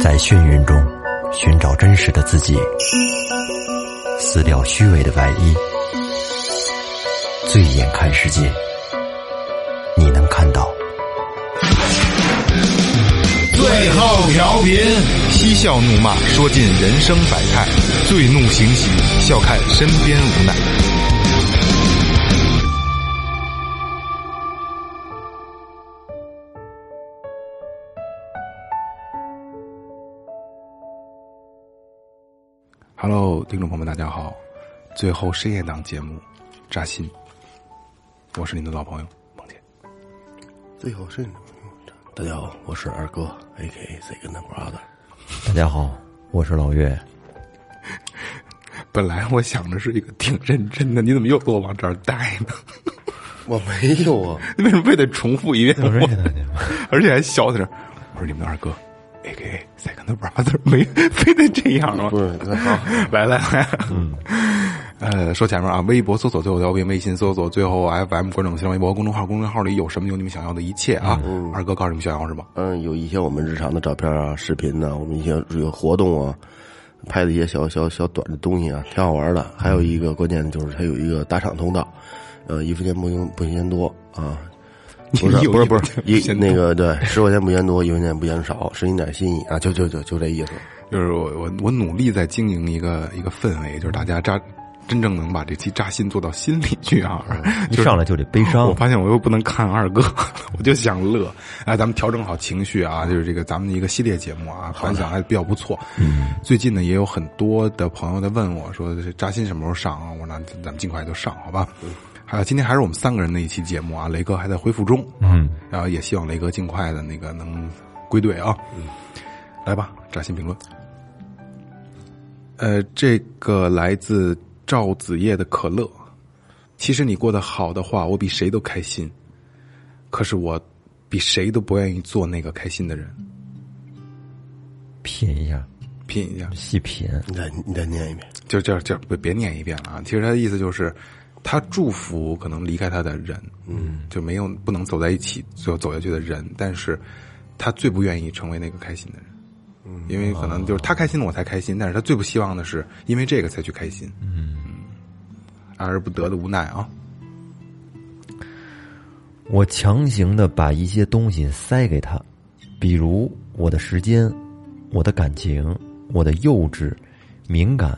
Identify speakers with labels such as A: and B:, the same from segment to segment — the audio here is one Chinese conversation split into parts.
A: 在眩晕中寻找真实的自己，撕掉虚伪的外衣，醉眼看世界，你能看到。
B: 最后调频，
C: 嬉笑怒骂，说尽人生百态；醉怒行喜，笑看身边无奈。
B: Hello，听众朋友们，大家好！最后深夜档节目，扎心，我是你的老朋友梦姐。
D: 最后是大家好，我是二哥，A K A C 跟那 brother。
A: 大家好，我是老岳。
B: 本来我想着是一个挺认真的，你 怎么又给我往这儿带呢？
D: 我没有啊，
B: 你为什么非得重复一遍
A: 有
B: 我
A: 这个呢？你 们
B: 而且还笑在这儿。我说你们的二哥，A K A Second Brother，没 非得这样吗？
D: 不是那好，
B: 来来来，嗯， 呃，说前面啊，微博搜索最后调频，微信搜索最后 FM，关注我们新浪微博公众号，公众号里有什么有你们想要的一切啊。二哥告诉你们想要什么，
D: 嗯，有一些我们日常的照片啊、视频呐、我们一些有活动啊，拍的一些小小小短的东西啊，挺好玩的。还有一个关键的就是它有一个打赏通道，呃，一分钱不嫌不嫌多啊，不是
B: 有
D: 不是不
B: 一
D: 是
B: 分
D: 一
B: 钱
D: 那个对，十块钱不嫌多，一分钱不嫌少，是一点心意啊，就就就就这意思。
B: 就是我我我努力在经营一个一个氛围，就是大家扎真正能把这期扎心做到心里去啊。
A: 一上来就得悲伤
B: 我，发现我又不能看二哥， 我就想乐。哎，咱们调整好情绪啊，就是这个咱们的一个系列节目啊，反响还比较不错。嗯，最近呢也有很多的朋友在问我说，这扎心什么时候上啊？我说那咱们尽快就上，好吧？还有今天还是我们三个人的一期节目啊，雷哥还在恢复中，
A: 嗯，
B: 然后也希望雷哥尽快的那个能归队啊。来吧，扎心评论。呃，这个来自赵子叶的可乐。其实你过得好的话，我比谁都开心。可是我比谁都不愿意做那个开心的人。
A: 品一下，
B: 拼一下，
A: 细品。
D: 你再你再念一遍，
B: 就这这别别念一遍了啊！其实他的意思就是，他祝福可能离开他的人，嗯，就没有不能走在一起最后走下去的人，但是他最不愿意成为那个开心的人，嗯，因为可能就是他开心了我才开心，但是他最不希望的是因为这个才去开心，嗯，爱而不得的无奈啊，
A: 我强行的把一些东西塞给他，比如我的时间、我的感情、我的幼稚、敏感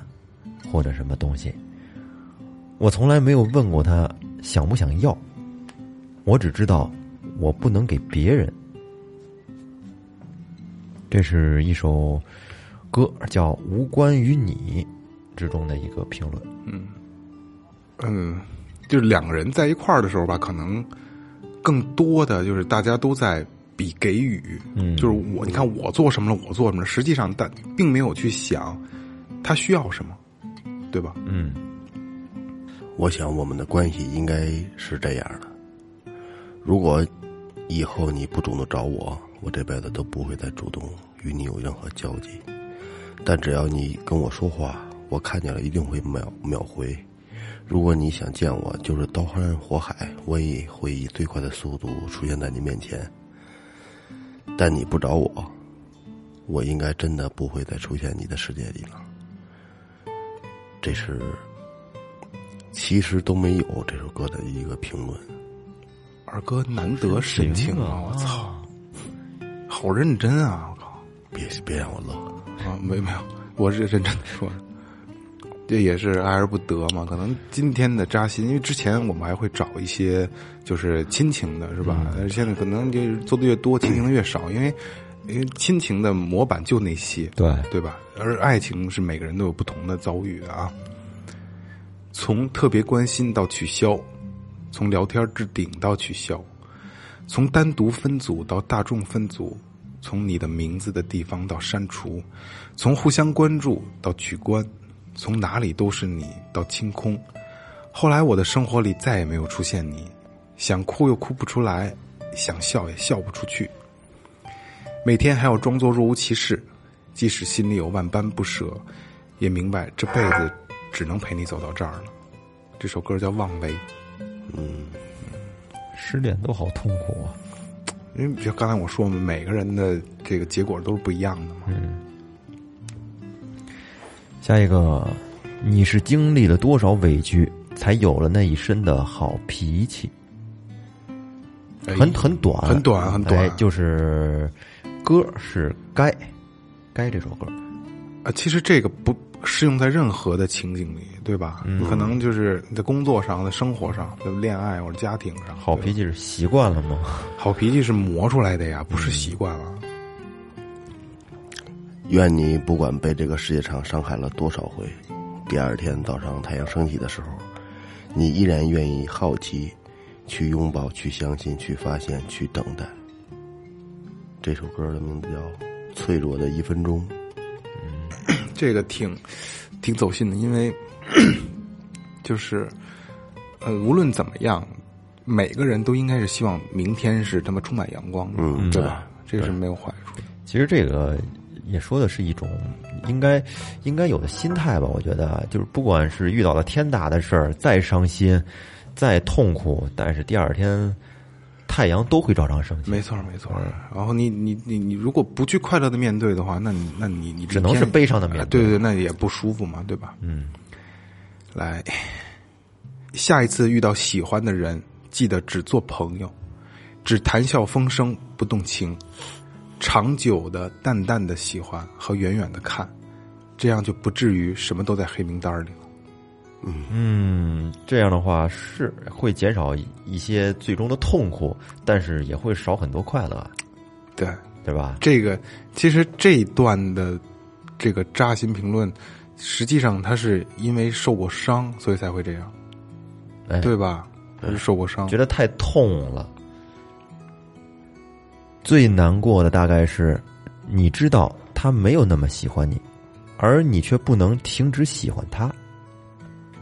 A: 或者什么东西。我从来没有问过他想不想要，我只知道我不能给别人。这是一首歌，叫《无关于你》之中的一个评论。
B: 嗯，就是两个人在一块儿的时候吧，可能更多的就是大家都在比给予，嗯，就是我，你看我做什么了，我做什么了，实际上但并没有去想他需要什么，对吧？
A: 嗯，
D: 我想我们的关系应该是这样的：如果以后你不主动找我，我这辈子都不会再主动与你有任何交集。但只要你跟我说话，我看见了一定会秒秒回。如果你想见我，就是刀山火海，我也会以最快的速度出现在你面前。但你不找我，我应该真的不会再出现你的世界里了。这是其实都没有这首歌的一个评论。
B: 二哥难得深情啊，我操，好认真啊，我靠！
D: 别别让我乐，
B: 啊，没没有，我是认真的说，这也是爱而不得嘛。可能今天的扎心，因为之前我们还会找一些就是亲情的，是吧？但是现在可能就是做的越多，亲情的越少，因为因为亲情的模板就那些，
A: 对
B: 对吧？而爱情是每个人都有不同的遭遇的啊。从特别关心到取消，从聊天置顶到取消，从单独分组到大众分组，从你的名字的地方到删除，从互相关注到取关，从哪里都是你到清空。后来我的生活里再也没有出现你，想哭又哭不出来，想笑也笑不出去。每天还要装作若无其事，即使心里有万般不舍，也明白这辈子只能陪你走到这儿了。这首歌叫《妄为》，
A: 失恋都好痛苦啊。
B: 因为就刚才我说嘛，每个人的这个结果都是不一样的嘛。
A: 下一个，你是经历了多少委屈，才有了那一身的好脾气？
B: 哎
A: 很很短，
B: 很短很短
A: 哎就是歌是该该这首歌，
B: 啊，其实这个不适用在任何的情景里，对吧？
A: 嗯
B: 可能就是你在工作上、在生活上、在恋爱或者家庭上，
A: 好脾气是习惯了吗？
B: 好脾气是磨出来的呀，不是习惯了。
D: 愿你不管被这个世界上伤害了多少回，第二天早上太阳升起的时候，你依然愿意好奇，去拥抱，去相信，去发现，去等待。这首歌的名字叫《脆弱的一分钟》。
B: 这个挺挺走心的，因为 就是呃，无论怎么样，每个人都应该是希望明天是他妈充满阳光的，
D: 嗯
B: 对吧？这是没有坏处的。
A: 其实这个也说的是一种应该应该有的心态吧，我觉得就是不管是遇到了天大的事儿，再伤心，再痛苦，但是第二天太阳都会照常升起，
B: 没错，没错。然后你你你你如果不去快乐的面对的话，那你那你你
A: 只能是悲伤的面
B: 对
A: 对
B: 对，那也不舒服嘛，对吧？嗯。来，下一次遇到喜欢的人，记得只做朋友，只谈笑风生，不动情，长久的、淡淡的喜欢和远远的看，这样就不至于什么都在黑名单里了。
A: 嗯，这样的话是会减少一些最终的痛苦，但是也会少很多快乐，
B: 对，
A: 对吧？
B: 这个其实这一段的这个扎心评论，实际上他是因为受过伤，所以才会这样，
A: 哎，
B: 对吧？他是受过伤
A: 觉，得太痛了。最难过的大概是，你知道他没有那么喜欢你，而你却不能停止喜欢他。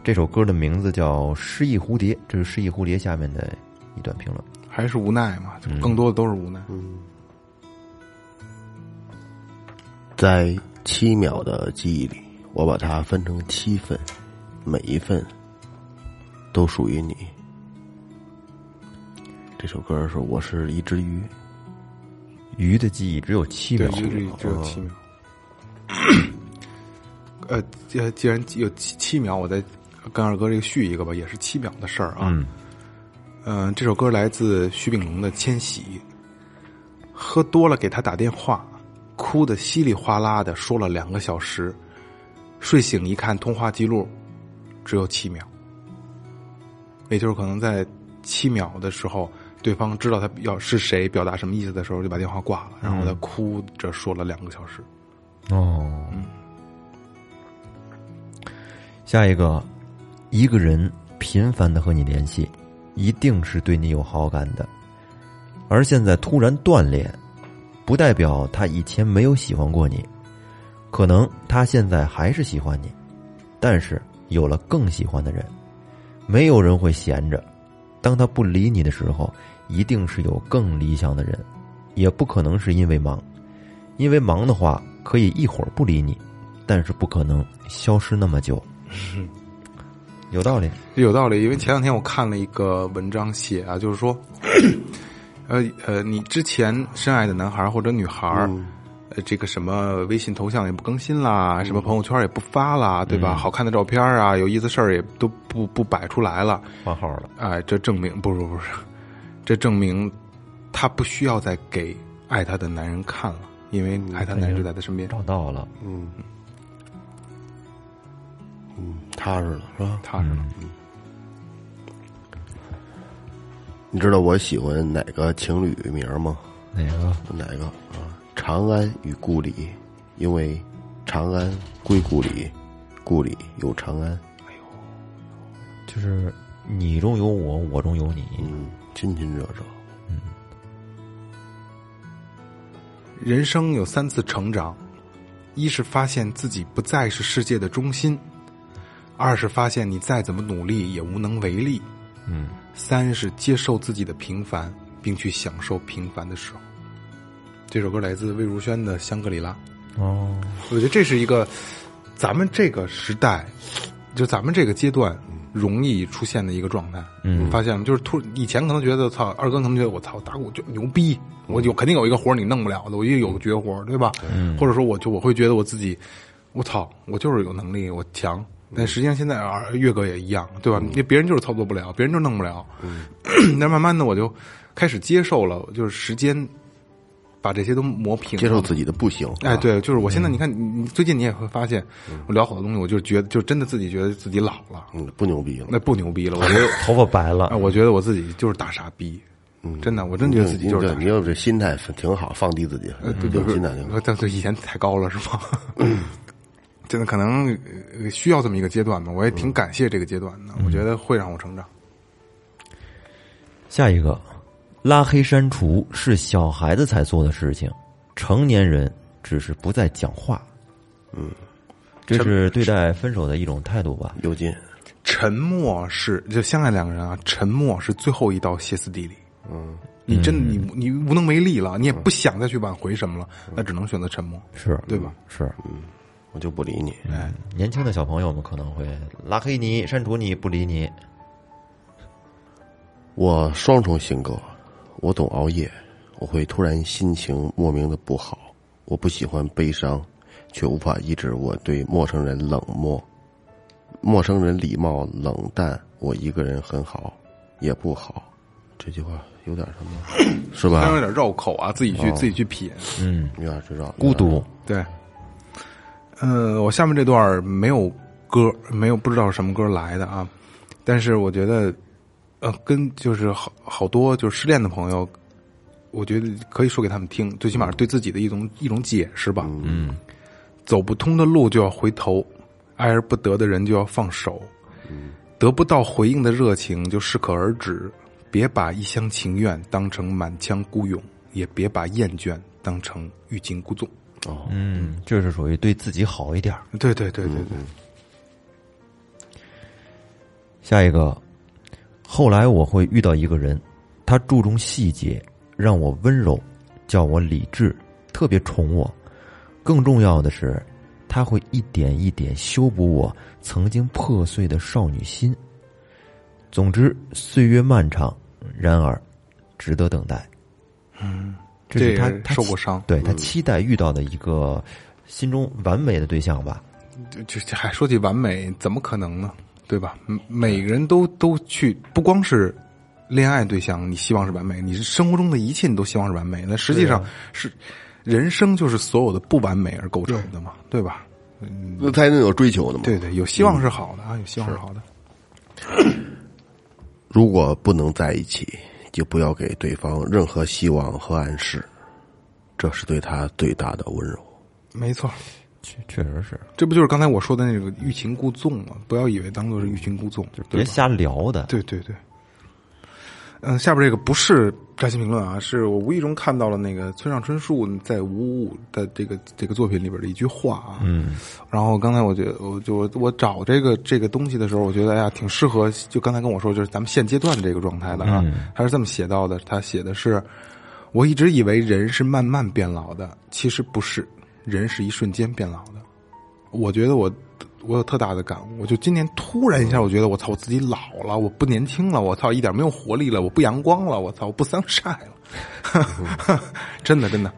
A: 这首歌的名字叫《失忆蝴蝶》，这是《失忆蝴蝶》下面的一段评论。
B: 还是无奈嘛，就更多的都是无奈。
D: 在七秒的记忆里，我把它分成七份，每一份都属于你。这首歌是我是一只鱼，
A: 鱼的记忆只有七
B: 对
A: 秒，，
B: 只有只有七秒。 呃，既既然有七七秒，我再跟二哥这个续一个吧，也是七秒的事儿啊。
A: 嗯，
B: 嗯、这首歌来自徐秉龙的《千玺》，喝多了给他打电话，哭得稀里哗啦的，说了两个小时，睡醒一看通话记录，只有七秒，也就是可能在七秒的时候，对方知道他要是谁表达什么意思的时候，就把电话挂了，然后他哭着说了两个小时。
A: 哦，下一个，一个人频繁的和你联系，一定是对你有好感的，而现在突然断联，不代表他以前没有喜欢过你，可能他现在还是喜欢你，但是有了更喜欢的人，没有人会闲着。当他不理你的时候，一定是有更理想的人，也不可能是因为忙。因为忙的话，可以一会儿不理你，但是不可能消失那么久。有道理，
B: 有道理，因为前两天我看了一个文章写啊，就是说，呃呃，你之前深爱的男孩或者女孩，呃，这个什么微信头像也不更新啦，什么朋友圈也不发啦，对吧？好看的照片啊，有意思事儿也都不不摆出来了，
A: 换号了。
B: 哎，这证明不是不是，这证明他不需要再给爱他的男人看了，因为爱他的男人就在他身边，
A: 找到了，
D: 嗯，踏实了是吧？
B: 踏实了。
D: 你知道我喜欢哪个情侣名吗？
A: 哪个？
D: 哪个啊？长安与故里，因为长安归故里，故里有长安。
A: 就是你中有我，我中有你。
D: 嗯，亲亲热热。
B: 人生有三次成长：一是发现自己不再是世界的中心；二是发现你再怎么努力也无能为力；
A: 嗯，
B: 三是接受自己的平凡，并去享受平凡的时候。这首歌来自魏如萱的《香格里拉》，
A: 哦，
B: 我觉得这是一个咱们这个时代，就咱们这个阶段，容易出现的一个状态。
A: 嗯
B: 你发现吗？就是突以前可能觉得操，二哥可能觉得我操打鼓就牛逼，我有肯定有一个活儿你弄不了的，我也有个绝活儿，对吧？
D: 嗯
B: 或者说我就我会觉得我自己，我操，我就是有能力，我强。但实际上现在啊，岳哥也一样，对吧？那别人就是操作不了，别人就弄不了。 但慢慢的我就开始接受了，就是时间把这些都磨平了，
D: 接受自己的不行。
B: 哎，
D: 啊，
B: 对，就是我现在，你看，你你最近你也会发现，我聊好多东西，我就觉得，就真的自己觉得自己老了，
D: 嗯，不牛逼了。
B: 那不牛逼了。我觉得，
A: 头发白了
B: 哎，，我觉得我自己就是大傻逼，真的，我真觉得自己就是
D: 对
B: 大，傻
D: 你
B: 逼。
D: 要有这心态挺好，放低自己，有心态挺好。
B: 但对以前太高了是吗？ 真的可能呃需要这么一个阶段吧，我也挺感谢这个阶段的，我觉得会让我成长。
A: 下一个，拉黑删除是小孩子才做的事情，成年人只是不再讲话。嗯，这是对待分手的一种态度吧？
D: 有劲，
B: 沉默是就相爱两个人啊，沉默是最后一道歇斯底里。嗯，你真的你你无能为力了，你也不想再去挽回什么了，那只能选择沉默。
A: 是
B: 对吧？嗯
A: 是，
D: 我就不理你。
B: 哎，
A: 年轻的小朋友们可能会拉黑你、删除你、不理你。
D: 我双重性格，我总熬夜，我会突然心情莫名的不好，我不喜欢悲伤，却无法抑制我对陌生人冷漠，陌生人礼貌冷淡，我一个人很好，也不好。这句话有点什么， 是
B: 当然有
D: 吧？
B: 点绕口啊，自己去、自己去品。
A: 嗯，
D: 有点知道
A: 孤，独。
B: 对，嗯，我下面这段儿没有歌，没有不知道是什么歌来的啊，但是我觉得，呃，跟就是好好多就是失恋的朋友，我觉得可以说给他们听，最起码是对自己的一种一种解释吧。嗯，走不通的路就要回头，爱而不得的人就要放手，得不到回应的热情就适可而止，别把一厢情愿当成满腔孤勇，也别把厌倦当成欲擒故纵。
A: 嗯，这是属于对自己好一点儿。
B: 对对对对对，
A: 下一个，后来我会遇到一个人，他注重细节，让我温柔，叫我理智，特别宠我。更重要的是，他会一点一点修补我曾经破碎的少女心。总之，岁月漫长，然而值得等待。嗯，这
B: 这
A: 是
B: 也
A: 他他
B: 受
A: 期
B: 过伤，嗯
A: 对他期待遇到的一个心中完美的对象吧。
B: 就就就还说起完美，怎么可能呢？对吧？嗯每个人都都去，不光是恋爱对象，你希望是完美，你是生活中的一切你都希望是完美，那实际上是人生就是所有的不完美而构成的嘛，对吧？
D: 那才能有追求的嘛。
B: 对对，有希望是好的啊，有希望是好的。
D: 如果不能在一起，就不要给对方任何希望和暗示，这是对他最大的温柔。
B: 没错，
A: 确确实是，
B: 这不就是刚才我说的那个欲擒故纵吗？不要以为当做是欲擒故纵，对
A: 别
B: 吧？
A: 瞎聊的。
B: 对对对。嗯，下边这个不是扎心评论啊，是我无意中看到了那个村上春树在《五五》的这个这个作品里边的一句话啊。嗯。然后刚才我觉得，我就我我找这个这个东西的时候，我觉得哎呀，挺适合，就刚才跟我说，就是咱们现阶段这个状态的啊。他是这么写到的，他写的是：我一直以为人是慢慢变老的，其实不是，人是一瞬间变老的。我觉得我我有特大的感悟，我就今年突然一下，我觉得我操，我自己老了，我不年轻了，我操，一点没有活力了，我不阳光了，我操，我不 sunshine 了， 真的真的，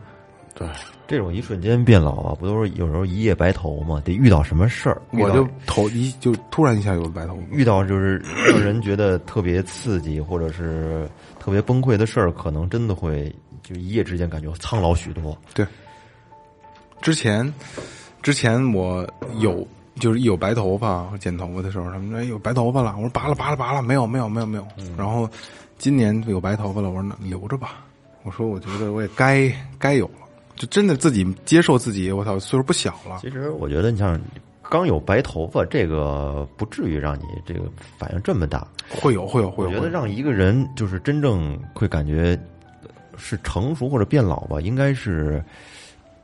D: 对，
A: 这种一瞬间变老啊，不都是有时候一夜白头吗？得遇到什么事儿，
B: 我
A: 遇到
B: 就头一就突然一下有了白头发，
A: 遇到就是让人觉得特别刺激或者是特别崩溃的事儿，可能真的会就一夜之间感觉苍老许多。
B: 对。之前之前我有就是一有白头发剪头发的时候，他们说哎有白头发了，我说拔了拔了拔了，没有没有没有没有，
A: 嗯
B: 然后今年有白头发了，我说那留着吧，我说我觉得我也该该有了。就真的自己接受自己，我操，岁数不小了，
A: 其实我觉得你像刚有白头发，这个不至于让你这个反应这么大。
B: 会有会有会
A: 我
B: 有，
A: 觉
B: 会
A: 得
B: 有
A: 让一个人就是真正会感觉是成熟或者变老吧，应该是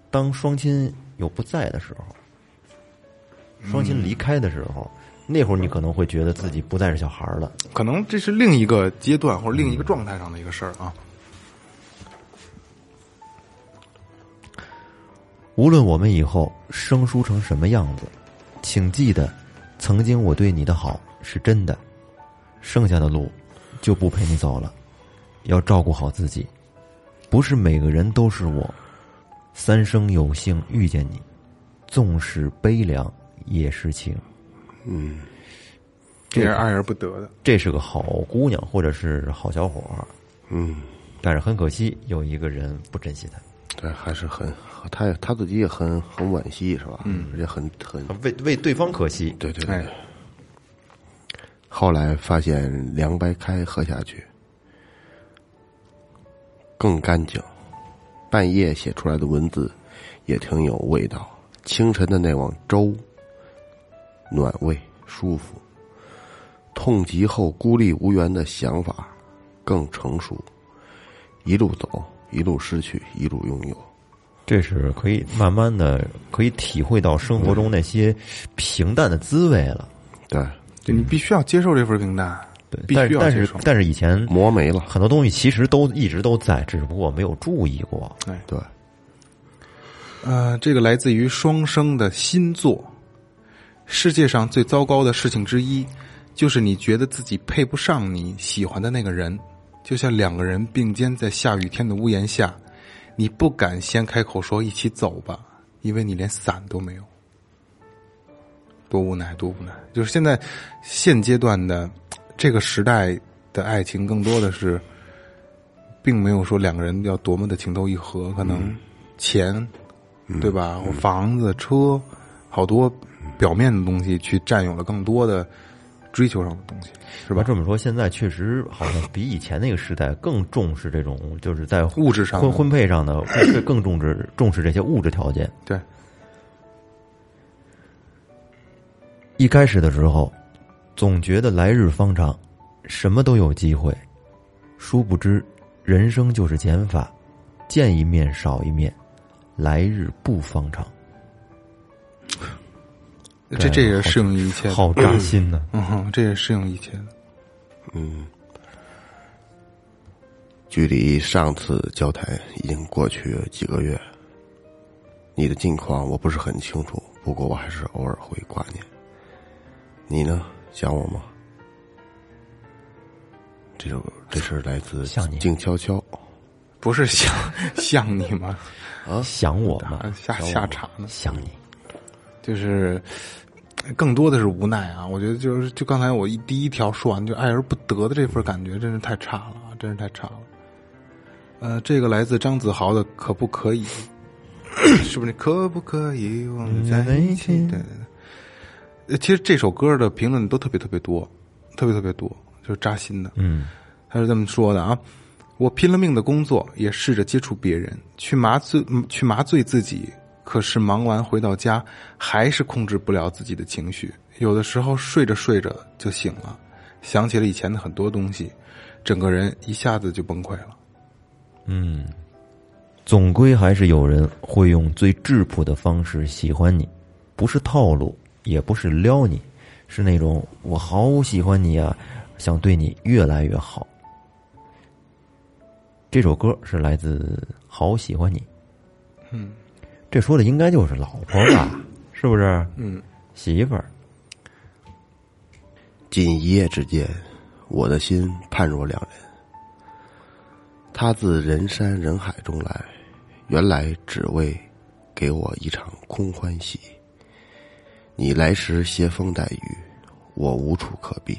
A: 当双亲有不在的时候，双
B: 嗯
A: 亲离开的时候，那会儿你可能会觉得自己不再是小孩儿了。
B: 可能这是另一个阶段或者另一个状态上的一个事儿啊。
A: 无论我们以后生疏成什么样子，请记得，曾经我对你的好是真的，剩下的路就不陪你走了，要照顾好自己。不是每个人都是我，三生有幸遇见你，纵使悲凉也是情。
B: 这是爱而不得的。
A: 这是个好姑娘，或者是好小伙儿，
D: 嗯，
A: 但是很可惜，有一个人不珍惜他，
D: 对，还是很，他也他自己也很很惋惜，是吧？嗯，而且很很，
A: 为为对方可惜。
D: 对对对。
B: 哎，
D: 后来发现凉白开喝下去更干净，半夜写出来的文字也挺有味道。清晨的那碗粥，暖胃舒服。痛极后孤立无援的想法更成熟，一路走，一路失去，一路拥有。
A: 这是可以慢慢的可以体会到生活中那些平淡的滋味了。
D: 对，
B: 对你必须要接受这份平淡，
A: 对，
B: 必
A: 但
B: 须
A: 是
B: 要
A: 但
B: 接
A: 是
B: 受。
A: 但是以前
D: 磨没了。
A: 很多东西其实都一直都在，只不过没有注意过。
B: 哎，
D: 对，
B: 呃，这个来自于双生的新作。世界上最糟糕的事情之一，就是你觉得自己配不上你喜欢的那个人，就像两个人并肩在下雨天的屋檐下，你不敢先开口说一起走吧，因为你连伞都没有。多无奈，多无奈！就是现在现阶段的这个时代的爱情，更多的是，并没有说两个人要多么的情投意合，可能钱，
A: 嗯
B: 对吧？或房子、车，好多表面的东西去占有了更多的追求上的东西，是
A: 要
B: 吧？
A: 这么说，现在确实好像比以前那个时代更重视这种，就是在
B: 物质上的
A: 婚婚配上的，会更重视重视这些物质条件。
B: 对，
A: 一开始的时候，总觉得来日方长，什么都有机会，殊不知人生就是减法，见一面少一面，来日不方长，
B: 这这也适用于一切的。
A: 好扎心呐、
B: 嗯哼，这也适用于一切的。
D: 距离上次交谈已经过去几个月，你的近况我不是很清楚，不过我还是偶尔会挂念。你呢？想我吗？这首这是来自
A: 想你
D: 《静悄悄》，
B: 不 是像像你吗？
A: 想我吗？
B: 下下场呢？
A: 想你，
B: 就是呃更多的是无奈啊。我觉得就是就刚才我一第一条说完就爱而不得的这份感觉，真是太差了啊，真是太差了。呃，这个来自张子豪的《可不可以》， 是不是？可不可以我们在一起？对对对。呃其实这首歌的评论都特别特别多，特别特别多，就是扎心的。
A: 嗯，
B: 他是这么说的啊。我拼了命的工作，也试着接触别人，去麻醉嗯去麻醉自己。可是忙完回到家，还是控制不了自己的情绪。有的时候睡着睡着就醒了，想起了以前的很多东西，整个人一下子就崩溃了。
A: 总归还是有人会用最质朴的方式喜欢你，不是套路，也不是撩你，是那种我好喜欢你啊，想对你越来越好。这首歌是来自《好喜欢你》，嗯，这说的应该就是老婆 吧，是不是？嗯，媳妇儿，
D: 仅一夜之间，我的心判若两人。他自人山人海中来，原来只为给我一场空欢喜。你来时携风带雨，我无处可避；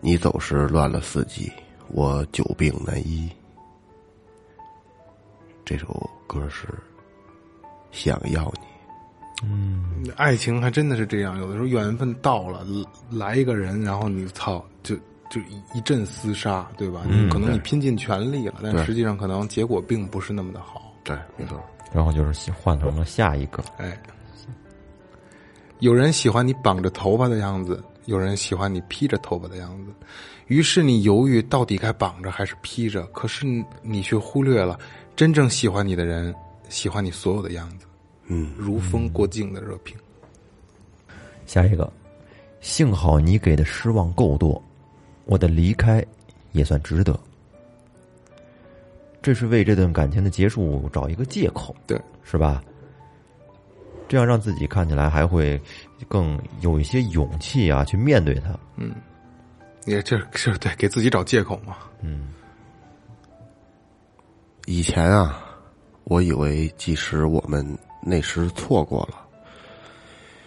D: 你走时乱了四季，我久病难医。这首歌是《想要你》。
B: 爱情还真的是这样，有的时候缘分到了，来一个人，然后你操，就就一一阵厮杀，对吧？可能你拼尽全力了，但实际上可能结果并不是那么的好。
D: 对，没错。
A: 然后就是换成了下一个，
B: 哎，有人喜欢你绑着头发的样子，有人喜欢你披着头发的样子，于是你犹豫到底该绑着还是披着，可是你你却忽略了真正喜欢你的人喜欢你所有的样子，
D: 嗯，
B: 如风过境的热评。
A: 下一个，幸好你给的失望够多，我的离开也算值得。这是为这段感情的结束找一个借口，
B: 对，
A: 是吧？这样让自己看起来还会更有一些勇气啊，去面对它。
B: 也这这对给自己找借口嘛。
D: 以前啊，我以为即使我们那时错过了，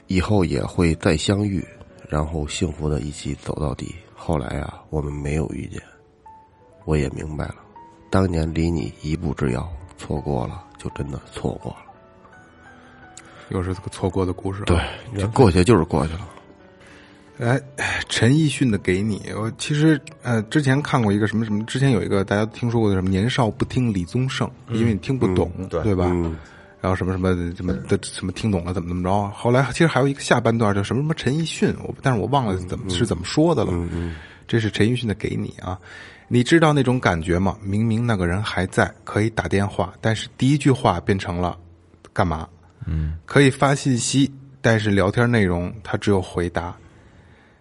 D: 以后也会再相遇，然后幸福的一起走到底。后来啊，我们没有遇见，我也明白了，当年离你一步之遥，错过了就真的错过了。
B: 又是个错过的故事。，啊
D: 对，就过去就是过去了。
B: 哎，陈奕迅的《给你》，我其实呃之前看过一个什么什么，之前有一个大家听说过的什么“年少不听李宗盛”，因为你听不懂，嗯对嗯吧？然后什么什么什么的什么听懂了怎么怎么着，后来其实还有一个下半段叫什么什么陈奕迅，我但是我忘了怎么、是怎么说的了。这是陈奕迅的《给你》啊，你知道那种感觉吗？明明那个人还在，可以打电话，但是第一句话变成了干嘛？嗯，可以发信息，但是聊天内容他只有回答，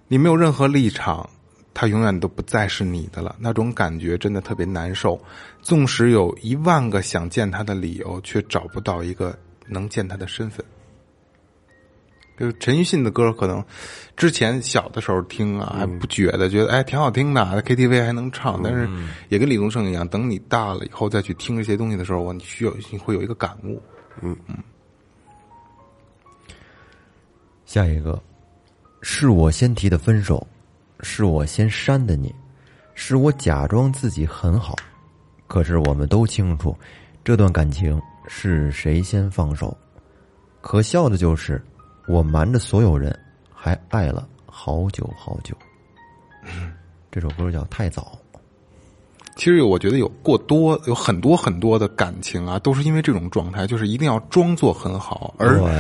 B: 你没有任何立场，它永远都不再是你的了。那种感觉真的特别难受。纵使有一万个想见他的理由，却找不到一个能见他的身份。就是陈奕迅的歌，可能之前小的时候听啊，还不觉得，觉得哎挺好听的，KTV 还能唱。但是也跟李宗盛一样，等你大了以后再去听这些东西的时候，哇，你需要你会有一个感悟。
A: 下一个，是我先提的分手，是我先删的你，是我假装自己很好，可是我们都清楚，这段感情是谁先放手。可笑的就是，我瞒着所有人，还爱了好久好久。这首歌叫《太早》，
B: 其实我觉得有过多有很多很多的感情啊，都是因为这种状态，就是一定要装作很好。而我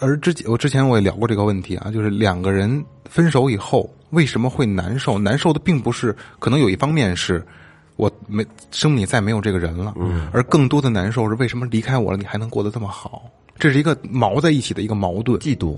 B: 而之前我之前我也聊过这个问题啊，就是两个人分手以后为什么会难受？难受的并不是可能有一方面是我没生命里再没有这个人了，而更多的难受是为什么离开我了你还能过得这么好？这是一个毛在一起的一个矛盾，
A: 嫉妒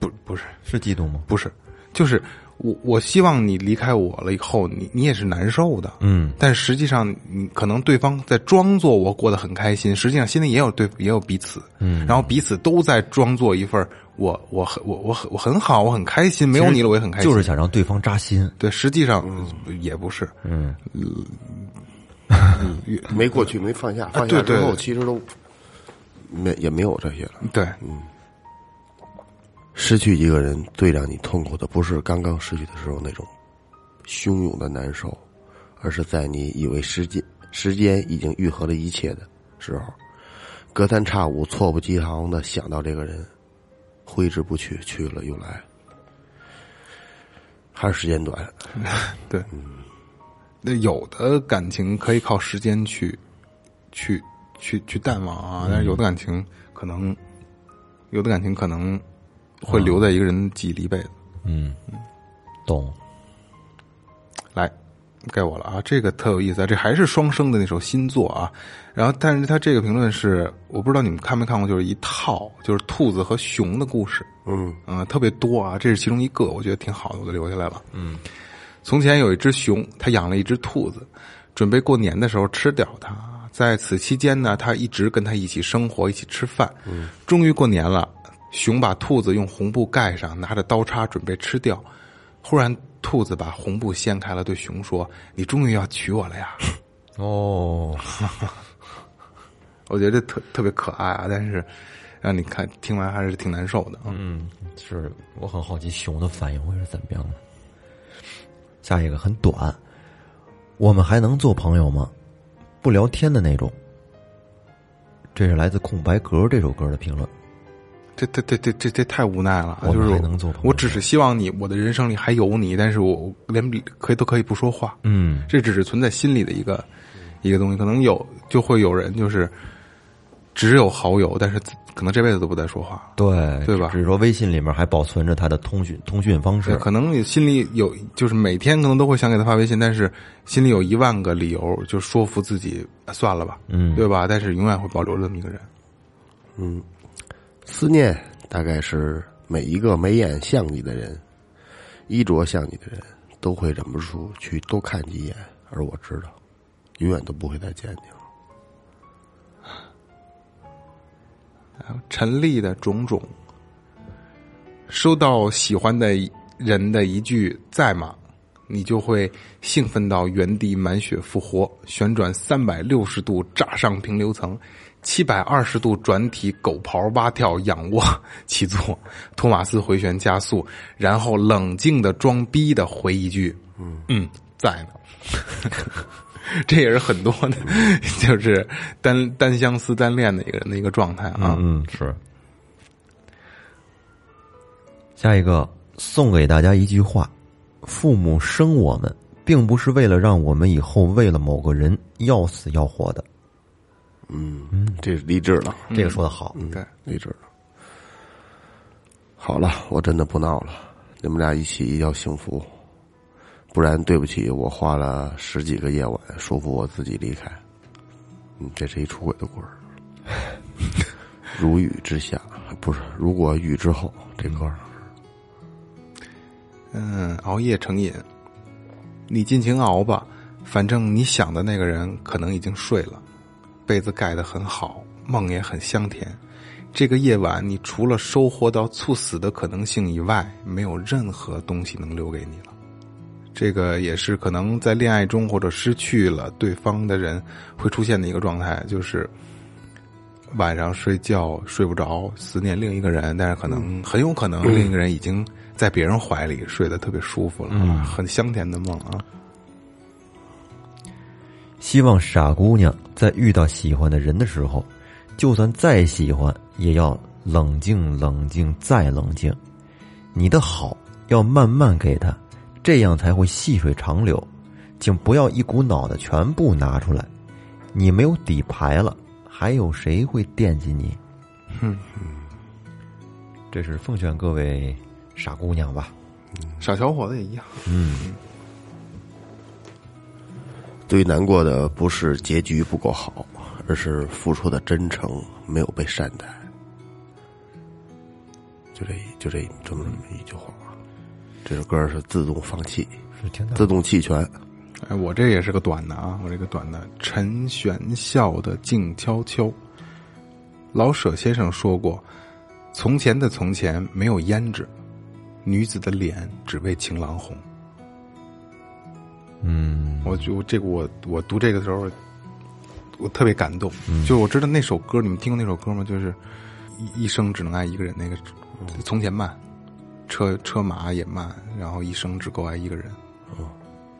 B: 不不是
A: 是嫉妒吗？
B: 不是，就是我我希望你离开我了以后，你你也是难受的，
A: 嗯，
B: 但实际上你可能对方在装作我过得很开心，实际上心里也有对也有彼此，嗯，然后彼此都在装作一份儿我我很我我很我很好，我很开心，没有你了我也很开心，
A: 就是想让对方扎心。
B: 对，实际上也不是，嗯，
D: 没过去，没放下，放
B: 对
D: 下
B: 对
D: 之后
B: 对
D: 其实都没也没有这些了。
B: 对，
D: 失去一个人最让你痛苦的，不是刚刚失去的时候那种汹涌的难受，而是在你以为时间时间已经愈合了一切的时候，隔三差五、猝不及防的想到这个人，挥之不去，去了又来。还是时间短，
B: 对，那有的感情可以靠时间去去去去淡忘啊，但是有的感情可能，有的感情可能会留在一个人记忆里一辈子。
A: 嗯，懂。
B: 来，该我了啊！这个特有意思啊，这还是双生的那首新作啊。然后，但是他这个评论是，我不知道你们看没看过，就是一套，就是兔子和熊的故事。嗯，啊、特别多啊，这是其中一个，我觉得挺好的，我就留下来了。嗯，从前有一只熊，它养了一只兔子，准备过年的时候吃掉它。在此期间呢，它一直跟它一起生活，一起吃饭。嗯，终于过年了，熊把兔子用红布盖上，拿着刀叉准备吃掉。忽然，兔子把红布掀开了，对熊说：“你终于要娶我了呀
A: 哦，！”
B: 我觉得特特别可爱啊，但是让你看听完还是挺难受的啊。
A: 嗯，是我很好奇熊的反应会是怎么样的。下一个很短，我们还能做朋友吗？不聊天的那种。这是来自《空白格》这首歌的评论。
B: 这这这这这这太无奈了，
A: 我
B: 就
A: 们
B: 是
A: 还能做朋友
B: 我只是希望你，我的人生里还有你，但是我连可以都可以不说话，
A: 嗯，
B: 这只是存在心里的一个一个东西。可能有就会有人就是只有好友，但是自可能这辈子都不再说话了。
A: 对，
B: 对吧
A: 只是说微信里面还保存着他的通讯通讯方
B: 对，
A: 式。
B: 可能你心里有，就是每天可能都会想给他发微信，但是心里有一万个理由，就说服自己啊算了吧，
A: 嗯
B: 对吧？但是永远会保留这么一个人。
D: 思念大概是每一个眉眼像你的人，衣着像你的人，都会忍不住去多看几眼。而我知道，永远都不会再见你了。
B: 陈丽的种种，收到喜欢的人的一句“在吗”，你就会兴奋到原地满血复活，旋转三百六十度炸上平流层，七百二十度转体狗刨蛙跳仰卧起坐，托马斯回旋加速，然后冷静的装逼的回一句：“嗯嗯，在呢。” 这也是很多的，就是单单相思、单恋的一个人的一个状态啊。
A: 嗯，是。下一个送给大家一句话：父母生我们，并不是为了让我们以后为了某个人要死要活的。
D: 这励志了，
A: 这个说的好，嗯
B: 对，
D: 励志了。好了，我真的不闹了，你们俩一起要幸福，不然对不起，我花了十几个夜晚说服我自己离开。嗯，这是一出轨的故事。 如雨之下，不是如果雨之后，这歌儿
B: 嗯，熬夜成瘾，你尽情熬吧，反正你想的那个人可能已经睡了，被子盖得很好，梦也很香甜。这个夜晚，你除了收获到猝死的可能性以外，没有任何东西能留给你了。这个也是可能在恋爱中或者失去了对方的人会出现的一个状态，就是晚上睡觉睡不着，思念另一个人，但是可能很有可能另一个人已经在别人怀里睡得特别舒服了，啊，很香甜的梦啊。
A: 希望傻姑娘在遇到喜欢的人的时候，就算再喜欢，也要冷静、冷静再冷静。你的好要慢慢给他，这样才会细水长流。请不要一股脑的全部拿出来，你没有底牌了，还有谁会惦记你？哼，这是奉劝各位傻姑娘吧。
B: 傻小伙子也一样，
D: 最难过的不是结局不够好，而是付出的真诚没有被善待。就这一，就这一这么这么一句话，这首歌是自动放弃，
A: 是听到
D: 自动弃权。
B: 哎，我这也是个短的啊，我这个短的。陈玄笑的静悄悄。老舍先生说过：“从前的从前没有胭脂，女子的脸只为情郎红。”嗯，我就这个我我读这个的时候，我特别感动。就是我知道那首歌，你们听过那首歌吗？就是一一生只能爱一个人，那个从前慢，车车马也慢，然后一生只够爱一个人。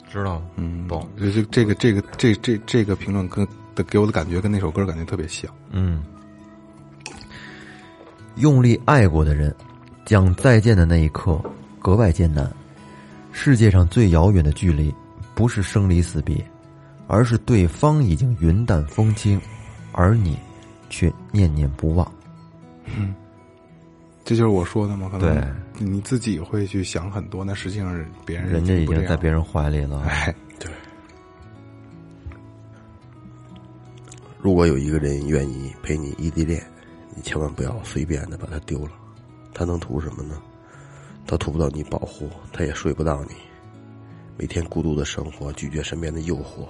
A: 知道，嗯，懂，
B: 这这这个这个这这这个评论跟的给我的感觉跟那首歌感觉特别像。
A: 嗯，用力爱过的人，讲再见的那一刻格外艰难。世界上最遥远的距离，不是生离死别，而是对方已经云淡风轻，而你却念念不忘。
B: 这就是我说的嘛，可能
A: 对
B: 你自己会去想很多，那实际上是别人
A: 人家已
B: 不这
A: 经
B: 样
A: 在别人怀里了，
B: 哎，
D: 如果有一个人愿意陪你异地恋，你千万不要随便的把他丢了，他能图什么呢？他图不到你保护，他也睡不到你，每天孤独的生活，拒绝身边的诱惑。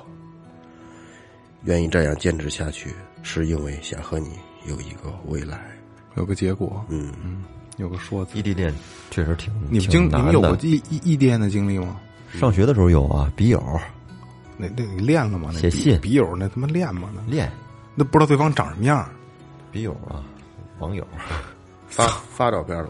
D: 愿意这样坚持下去，是因为想和你有一个未来。
B: 有个结果，
D: 嗯
B: 有个说辞
A: 异。地恋确实挺
B: 你们
A: 挺
B: 经你们
A: 难
B: 有过
A: 的。
B: 异异异地恋的经历吗？
A: 上学的时候有啊，笔友
B: 那那你练了吗？那
A: 写
B: 笔
A: 信
B: 笔友那他妈练吗？那
A: 恋
B: 那不知道对方长什么样儿，
A: 笔友啊，网友啊
D: 发发照片了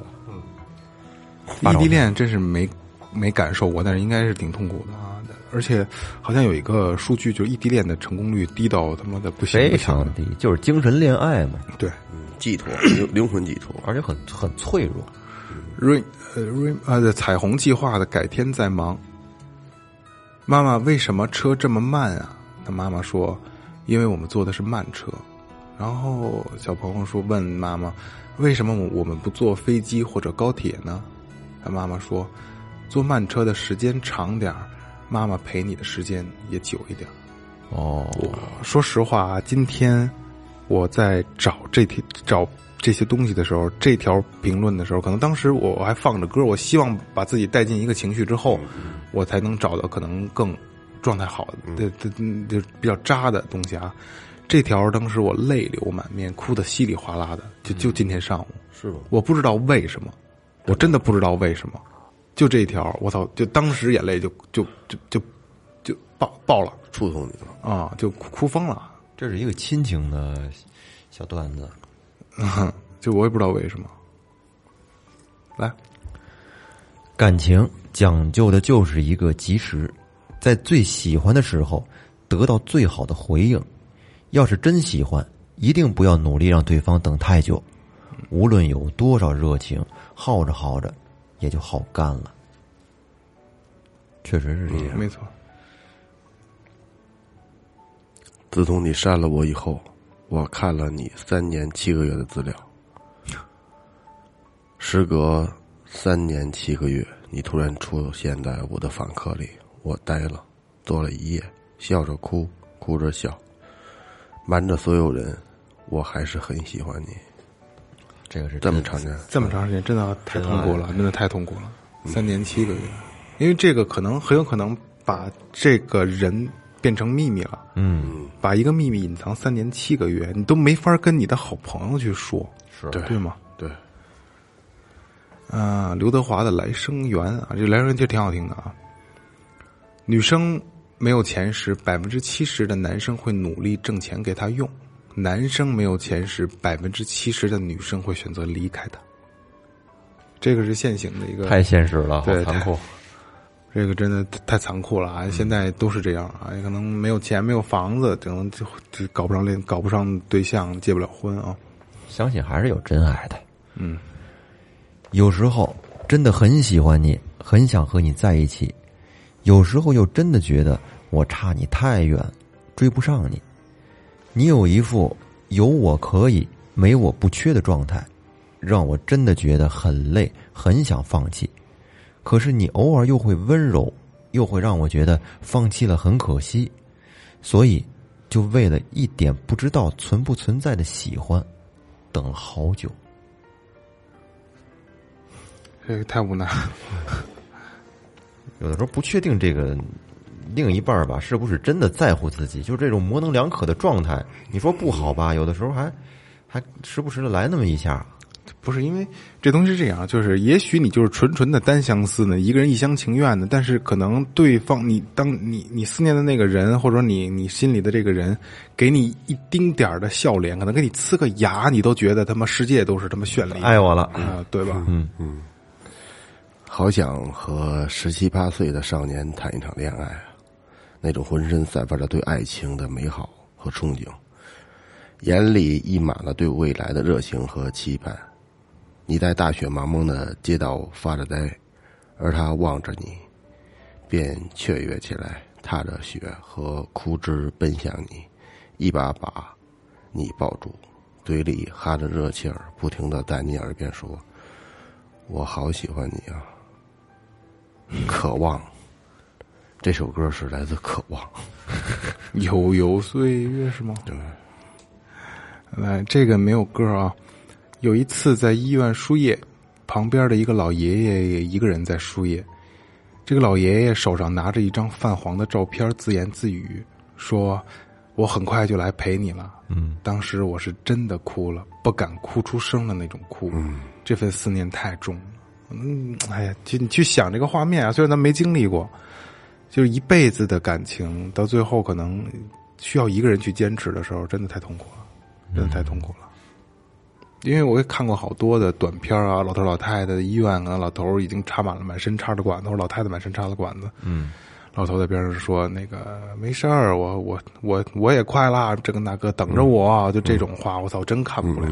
D: 吧？
B: 异地恋真是没没感受过，但是应该是挺痛苦的啊。而且好像有一个数据，就是异地恋的成功率低到他妈的不行
A: 非
B: 不行
A: 常
B: 的。
A: 低，就是精神恋爱嘛，
B: 对，
D: 嗯，寄托灵灵魂寄托。
A: 而且很很脆弱。
B: 瑞呃瑞呃的彩虹计划的改天再忙。妈妈，为什么车这么慢啊？他妈妈说，因为我们坐的是慢车。然后小朋友说问妈妈，为什么我我们不坐飞机或者高铁呢？他妈妈说，坐慢车的时间长点儿，妈妈陪你的时间也久一点儿。
A: 哦，
B: 说实话啊，今天我在找这题找这些东西的时候，这条评论的时候，可能当时我还放着歌，我希望把自己带进一个情绪之后，我
D: 嗯
B: 才能找到可能更状态好的、对对，嗯就比较渣的东西啊。这条当时我泪流满面，哭得稀里哗啦的。就就今天上午，
D: 嗯是吧？
B: 我不知道为什么，我真的不知道为什么，就这一条，我操！就当时眼泪就就就就就爆爆了
D: 触动你了，
B: 啊，就哭哭疯了。
A: 这是一个亲情的小段子。
B: 就我也不知道为什么。来，
A: 感情讲究的就是一个及时，在最喜欢的时候得到最好的回应。要是真喜欢，一定不要努力让对方等太久。无论有多少热情，耗着耗着也就耗干了。嗯确实是这样。
B: 没错，
D: 自从你删了我以后，我看了你三年七个月的资料。时隔三年七个月，你突然出现在我的访客里，我呆了，坐了一夜，笑着哭，哭着笑，瞒着所有人，我还是很喜欢你。
A: 这个是
D: 这么
A: 真
D: 长时间，
B: 这么长时间真的太痛苦了，真的太痛苦了，三年七个月，因为这个可能很有可能把这个人变成秘密了，嗯，把一个秘密隐藏三年七个月，你都没法跟你的好朋友去说，是对吗？
D: 对，
B: 啊，刘德华的《来生缘》啊，这《来生缘》其实挺好听的啊。女生没有钱时，百分之七十的男生会努力挣钱给她用；男生没有钱时，百分之七十的女生会选择离开他。这个是现行的一个，
A: 太现实了，好
B: 对
A: 残酷。
B: 这个真的太太残酷了啊！现在都是这样啊，可能没有钱，没有房子，可能就就搞不上恋，搞不上对象，结不了婚啊。
A: 相信还是有真爱的。嗯，有时候真的很喜欢你，很想和你在一起；有时候又真的觉得我差你太远，追不上你。你有一副有我可以，没我不缺的状态，让我真的觉得很累，很想放弃。可是你偶尔又会温柔，又会让我觉得放弃了很可惜，所以就为了一点不知道存不存在的喜欢，等了好久。
B: 这个太无奈了。
A: 有的时候不确定这个另一半儿吧，是不是真的在乎自己，就是这种模棱两可的状态。你说不好吧，有的时候还还时不时的来那么一下。
B: 不是因为这东西是这样，就是也许你就是纯纯的单相思呢，一个人一厢情愿的，但是可能对方你当你你思念的那个人，或者说你你心里的这个人，给你一丁点儿的笑脸，可能给你呲个牙，你都觉得他妈世界都是他妈绚丽的
A: 爱我了
B: 啊，对吧？
D: 好想和十七八岁的少年谈一场恋爱啊，那种浑身散发着对爱情的美好和憧憬，眼里溢满了对未来的热情和期盼。你在大雪茫茫的街道发着呆，而他望着你，便雀跃起来，踏着雪和枯枝奔向你，一把把你抱住，嘴里哈着热气儿，不停的在你耳边说。我好喜欢你啊！渴望，这首歌是来自《渴望》。
B: 悠悠岁月是吗？对。来，这个没有歌啊。有一次在医院输液，旁边的一个老爷爷也一个人在输液。这个老爷爷手上拿着一张泛黄的照片，自言自语说：“我很快就来陪你了。”嗯，当时我是真的哭了，不敢哭出声的那种哭。嗯，这份思念太重了。嗯，哎呀，就你去想这个画面啊，虽然咱没经历过，就是一辈子的感情，到最后可能需要一个人去坚持的时候，真的太痛苦了，真的太痛苦了。因为我也看过好多的短片啊，老头老太太的医院啊，老头已经插满了满身插着管子，或者老太太满身插着管子，嗯，老头在边上说那个没事儿，我我我我也快啦，这个那个等着我啊，就这种话，我操，真看不了。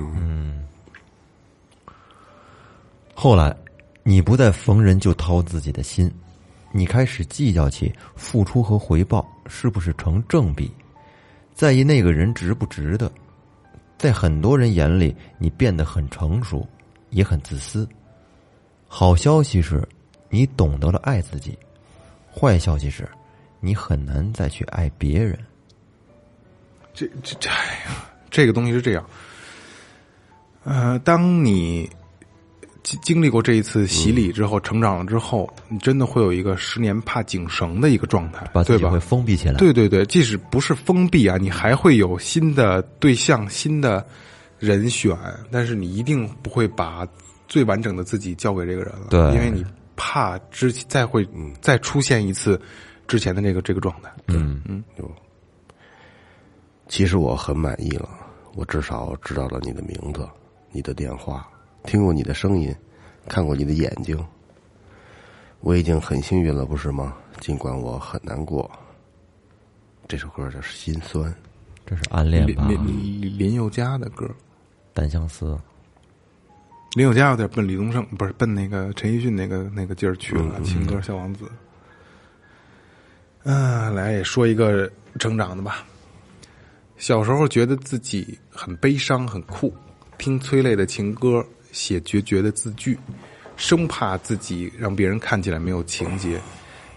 A: 后来，你不再逢人就掏自己的心，你开始计较起付出和回报是不是成正比，在意那个人值不值得。在很多人眼里，你变得很成熟，也很自私。好消息是，你懂得了爱自己；坏消息是，你很难再去爱别人。
B: 这这这，哎呀，这个东西是这样。呃，当你经经历过这一次洗
A: 嗯
B: 礼之后，成长了之后，你真的会有一个十年怕井绳的一个状态，
A: 把
B: 对
A: 自己
B: 吧
A: 会？封闭起来。
B: 对对对，即使不是封闭啊，你还会有新的对象、新的人选，但是你一定不会把最完整的自己交给这个人了，
A: 对
B: 因为你怕之再会再出现一次之前的这个这个状态。
A: 嗯，
D: 其实我很满意了，我至少知道了你的名字、你的电话，听过你的声音，看过你的眼睛。我已经很幸运了，不是吗？尽管我很难过。这首歌就是心酸，
A: 这是暗恋
B: 林
A: 吧？
B: 林林林宥嘉的歌，
A: 单相思，
B: 林宥嘉有点奔李宗盛，不是奔那个陈奕迅那个那个劲儿去了，情歌小王子。啊，来也说一个成长的吧。小时候觉得自己很悲伤、很酷，听催泪的情歌，写决绝的字句，生怕自己让别人看起来没有情节。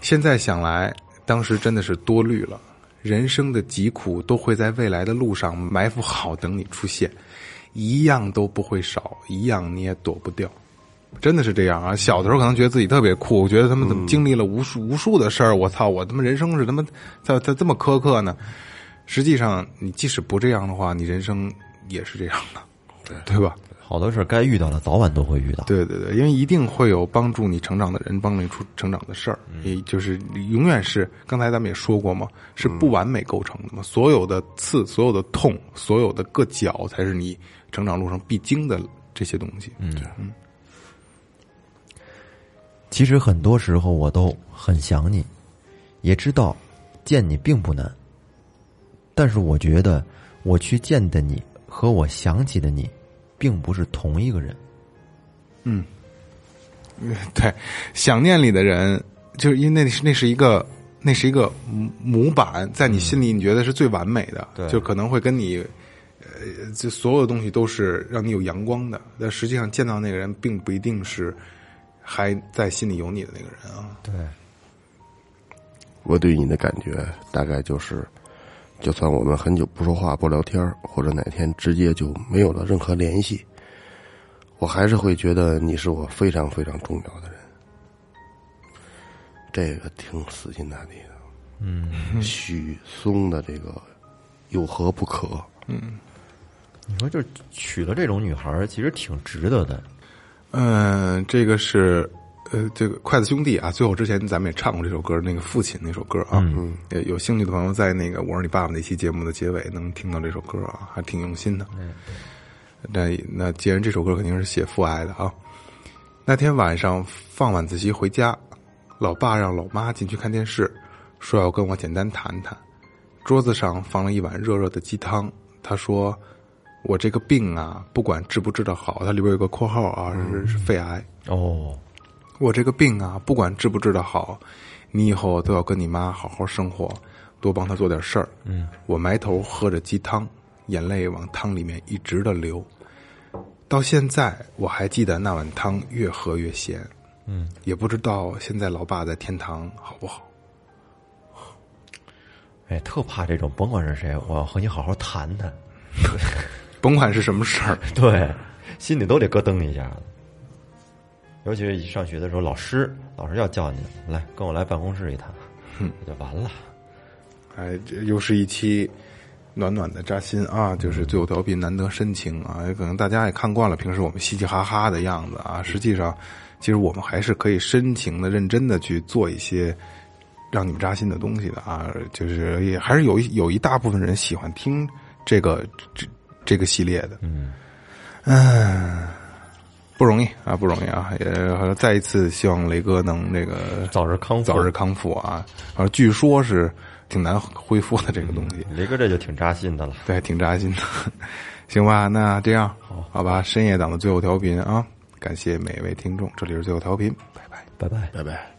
B: 现在想来，当时真的是多虑了。人生的疾苦都会在未来的路上埋伏好，等你出现，一样都不会少，一样你也躲不掉。真的是这样啊！小的时候可能觉得自己特别酷，我觉得他们怎么经历了无数、无数的事儿，我操，我他妈人生是他妈咋咋这么苛刻呢？实际上，你即使不这样的话，你人生也是这样的，对对吧？
A: 好多事儿该遇到了，早晚都会遇到。
B: 对对对，因为一定会有帮助你成长的人，帮助你出成长的事儿，也就是永远是刚才咱们也说过嘛，是不完美构成的嘛，所有的刺、所有的痛、所有的硌脚，才是你成长路上必经的这些东西。嗯，
A: 其实很多时候我都很想你，也知道见你并不难，但是我觉得我去见的你和我想起的你，并不是同一个人。
B: 对，想念里的人，就是因为那是那是一个那是一个模模板，在你心里你觉得是最完美的，
A: 对
B: 就可能会跟你，呃，就所有东西都是让你有阳光的，但实际上见到那个人，并不一定是还在心里有你的那个人啊。
A: 对，
D: 我对你的感觉大概就是，就算我们很久不说话、不聊天儿，或者哪天直接就没有了任何联系，我还是会觉得你是我非常非常重要的人。这个挺死心塌地的，嗯， 许嵩的这个有何不可？
A: 你说就是娶了这种女孩儿，其实挺值得的。
B: 嗯，这个是呃，这个筷子兄弟啊，最后之前咱们也唱过这首歌，那个父亲那首歌啊，嗯，有兴趣的朋友在那个我是你爸爸那期节目的结尾能听到这首歌啊，还挺用心的。那那既然这首歌肯定是写父爱的啊，那天晚上放晚自习回家，老爸让老妈进去看电视，说要跟我简单谈谈。桌子上放了一碗热热的鸡汤，他说：“我这个病啊，不管治不治得好，它里边有个括号啊，是是肺癌。
A: 哦，
B: 我这个病啊，不管治不治得好，你以后都要跟你妈好好生活，多帮她做点事儿。嗯，我埋头喝着鸡汤，眼泪往汤里面一直的流，到现在我还记得那碗汤越喝越咸。嗯，也不知道现在老爸在天堂好不好。
A: 哎，特怕这种，甭管是谁，我要和你好好谈 谈。
B: 甭管是什么事儿，
A: 对，心里都得咯噔一下。尤其是一上学的时候，老师老师要叫你来跟我来办公室一趟，那就完了。
B: 哎，这又是一期暖暖的扎心啊！就是最后调频难得深情啊，也可能大家也看惯了平时我们嘻嘻哈哈的样子啊，实际上，其实我们还是可以深情的、认真的去做一些让你们扎心的东西的啊。就是也还是有一有一大部分人喜欢听这个这这个系列的，嗯，不容易啊，不容易啊！也再一次希望雷哥能那个
A: 早日康复，
B: 早日康复啊！啊，据说是挺难恢复的这个东西，
A: 雷哥这就挺扎心的了。
B: 对，挺扎心的。行吧，那这样，好吧，深夜党的最后调频啊，感谢每一位听众，这里是最后调频，拜拜。
A: 拜拜。
D: 拜拜。